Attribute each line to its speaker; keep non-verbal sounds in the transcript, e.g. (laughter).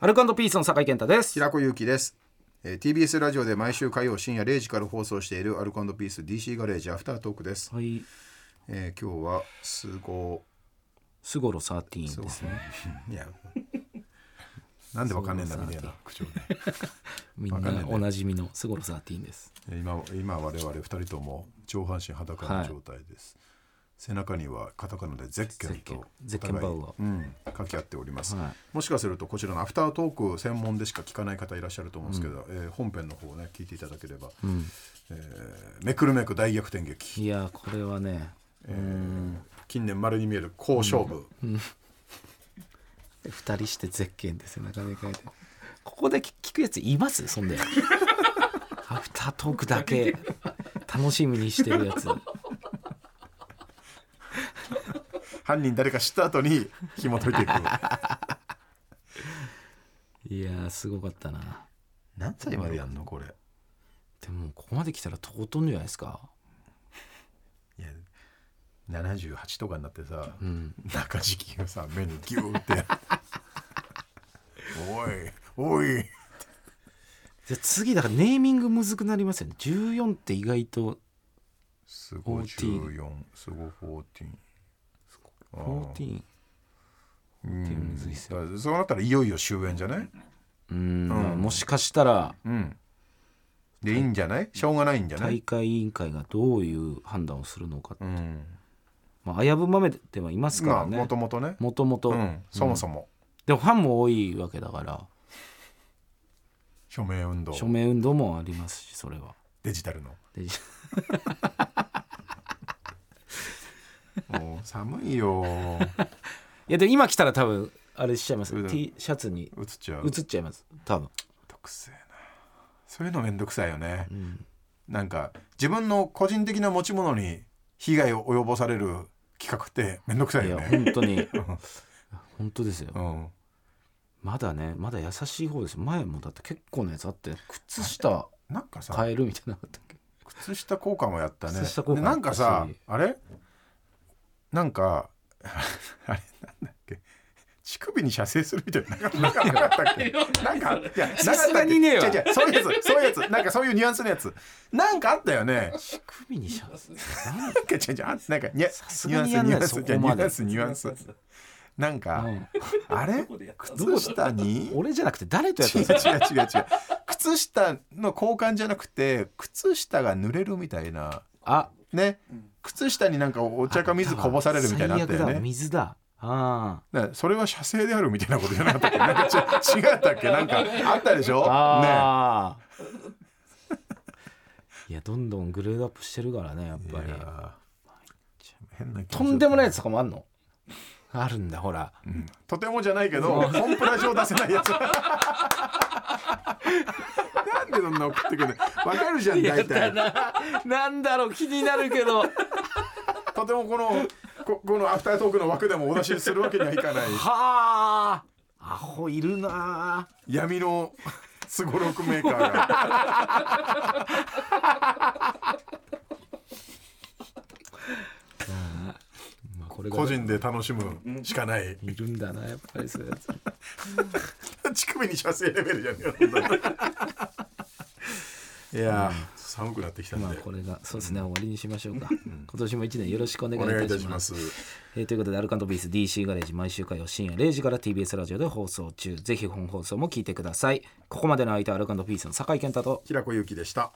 Speaker 1: アルカンドピースの酒井健太です。
Speaker 2: 平子祐希です、えー TBS ラジオで毎週火曜深夜0時から放送しているアルコピース DC ガレージアフタートークです、
Speaker 1: はい、
Speaker 2: えー今日はすご
Speaker 1: スゴロサーティーンですね。
Speaker 2: (laughs) いやなんでわかんねえんだみたいな口調で
Speaker 1: みん
Speaker 2: わかんない
Speaker 1: な
Speaker 2: ね
Speaker 1: おなじみのスゴロサーティーンです。
Speaker 2: 今今我々二人とも上半身裸の状態です、背中にはカタカナでゼッケンと
Speaker 1: ゼッケンゼッケンバウアー
Speaker 2: お互いうん、書き合っております、
Speaker 1: はい
Speaker 2: もしかするとこちらのアフタートーク専門でしか聞かない方いらっしゃると思うんですけど、えー本編の方をね聞いていただければ、えーめくるめく大逆転劇、
Speaker 1: いやー、これはね、
Speaker 2: えー近年まれに見える好勝負、
Speaker 1: 二人してゼッケンですよ、中で書いて。ここで聞聞くやついますそん
Speaker 2: (laughs)
Speaker 1: で。アフタートークだけ楽しみにしてるやつ。
Speaker 2: 犯人誰か知った後に紐解いていく
Speaker 1: いやー、すごかったな。
Speaker 2: (laughs) 何歳までやんのこれ
Speaker 1: でも、ここまで来たらとことんじゃないですか。
Speaker 2: いや78とかになってさ、
Speaker 1: うん。
Speaker 2: 中敷きがさ目にギューっておいおい
Speaker 1: じゃあ次、だからネーミングむずくなりますよね。14って意外と
Speaker 2: すご
Speaker 1: 14
Speaker 2: 14すご14
Speaker 1: 14。
Speaker 2: うん
Speaker 1: むずいっす
Speaker 2: だからそうなったらいよいよ終焉じゃない
Speaker 1: うん、まあもしかしたら
Speaker 2: うんでいいんじゃないしょうがないんじゃない
Speaker 1: 大会委員会がどういう判断をするのか、
Speaker 2: うん
Speaker 1: まあ、危ぶまめてはいますか
Speaker 2: ま
Speaker 1: ら
Speaker 2: あ
Speaker 1: ね、
Speaker 2: もともとね
Speaker 1: もともと、
Speaker 2: うんそもそも
Speaker 1: でもファンも多いわけだから
Speaker 2: 署名運動
Speaker 1: 署名運動もありますしそれは
Speaker 2: デジタルの
Speaker 1: (laughs) で
Speaker 2: (laughs) もう寒い (laughs) よ
Speaker 1: いやでも今来たら多分あれしちゃいます、
Speaker 2: うん
Speaker 1: T シャツに
Speaker 2: 映っちゃう
Speaker 1: 映っちゃいます多分
Speaker 2: くせえなそういうのめんどくさいよね、なんか自分の個人的な持ち物に被害を及ぼされる企画ってめんどくさい
Speaker 1: い
Speaker 2: よ
Speaker 1: や
Speaker 2: ね
Speaker 1: 本当 (laughs) に本当ですよ
Speaker 2: うん
Speaker 1: まだねまだ優しい方ですよ前もだって結構なやつあって靴下
Speaker 2: なんかさ
Speaker 1: 変えるみたいなのあったっけ
Speaker 2: 靴下交換もやったね
Speaker 1: 靴下交換
Speaker 2: でなんかさ
Speaker 1: やったし
Speaker 2: あれなんか (laughs) あれなんだっけ乳首に射精するみたいななんかなんかなかったっけなんかいやなかったっけ
Speaker 1: さすがにねえわ
Speaker 2: 違う違うそういうやつそういうやつなんかそういうニュアンスのやつなんかあったよね
Speaker 1: 乳 (laughs) 首にシ (laughs) ャツ
Speaker 2: なんか違う違うあなんかニュ
Speaker 1: さすがにやん
Speaker 2: ニ
Speaker 1: な
Speaker 2: ュ
Speaker 1: い
Speaker 2: アンス
Speaker 1: そ
Speaker 2: ニ
Speaker 1: こ
Speaker 2: ュ
Speaker 1: まで
Speaker 2: アンスニュアン (laughs) スニュアンスなんか、
Speaker 1: うん
Speaker 2: あれ靴下に
Speaker 1: 俺じゃなくて誰とやっ
Speaker 2: 違
Speaker 1: た
Speaker 2: う
Speaker 1: んで
Speaker 2: 違う
Speaker 1: すか
Speaker 2: 違う違う靴下の交換じゃなくて靴下が濡れるみたいな
Speaker 1: (laughs) あ
Speaker 2: ね靴下になんかお茶か水こぼされるみたいなのあったよ
Speaker 1: 最悪だ
Speaker 2: ね
Speaker 1: 水だあ
Speaker 2: だからそれは射精であるみたいなことじゃなかったっ
Speaker 1: (laughs)
Speaker 2: けなんかちょ違ったっけなんかあったでしょ
Speaker 1: ー
Speaker 2: ね
Speaker 1: あー、 (laughs) いやどんどんグレードアップしてるからねやっぱり
Speaker 2: いやー変な気持ち
Speaker 1: とんでもないやつとかもあんのあるんだほら
Speaker 2: とてもじゃないけどコンプラ上出せないやつ (laughs) なんでそんな送ってくるのわかるじゃん大
Speaker 1: (laughs)
Speaker 2: 体
Speaker 1: なんだろう気になるけ (laughs) ど
Speaker 2: とてもこのここのアフタートークの枠でもお出しするわけにはいかない
Speaker 1: はあアホいるな
Speaker 2: 闇のすごろくメーカー
Speaker 1: (laughs)
Speaker 2: が
Speaker 1: まあこれが
Speaker 2: 個人で楽しむしかない
Speaker 1: いるんだなやっぱりそういうやつ
Speaker 2: 乳首に射精レベルじゃね
Speaker 1: (laughs)
Speaker 2: えよいやー寒くなってきたん
Speaker 1: まあ
Speaker 2: で
Speaker 1: これがそうですね終わりにしましょうか今年も一年よろしくお願い
Speaker 2: お
Speaker 1: い
Speaker 2: 願いい
Speaker 1: た
Speaker 2: た
Speaker 1: し
Speaker 2: し
Speaker 1: ま
Speaker 2: ますす
Speaker 1: えーということで、アルカントピース DC ガレージ毎週火曜深夜0時から TBS ラジオで放送中。ぜひ本放送も聞いてください。ここまでの相手はアルカントピースの酒井健太と
Speaker 2: 平子ゆうきでした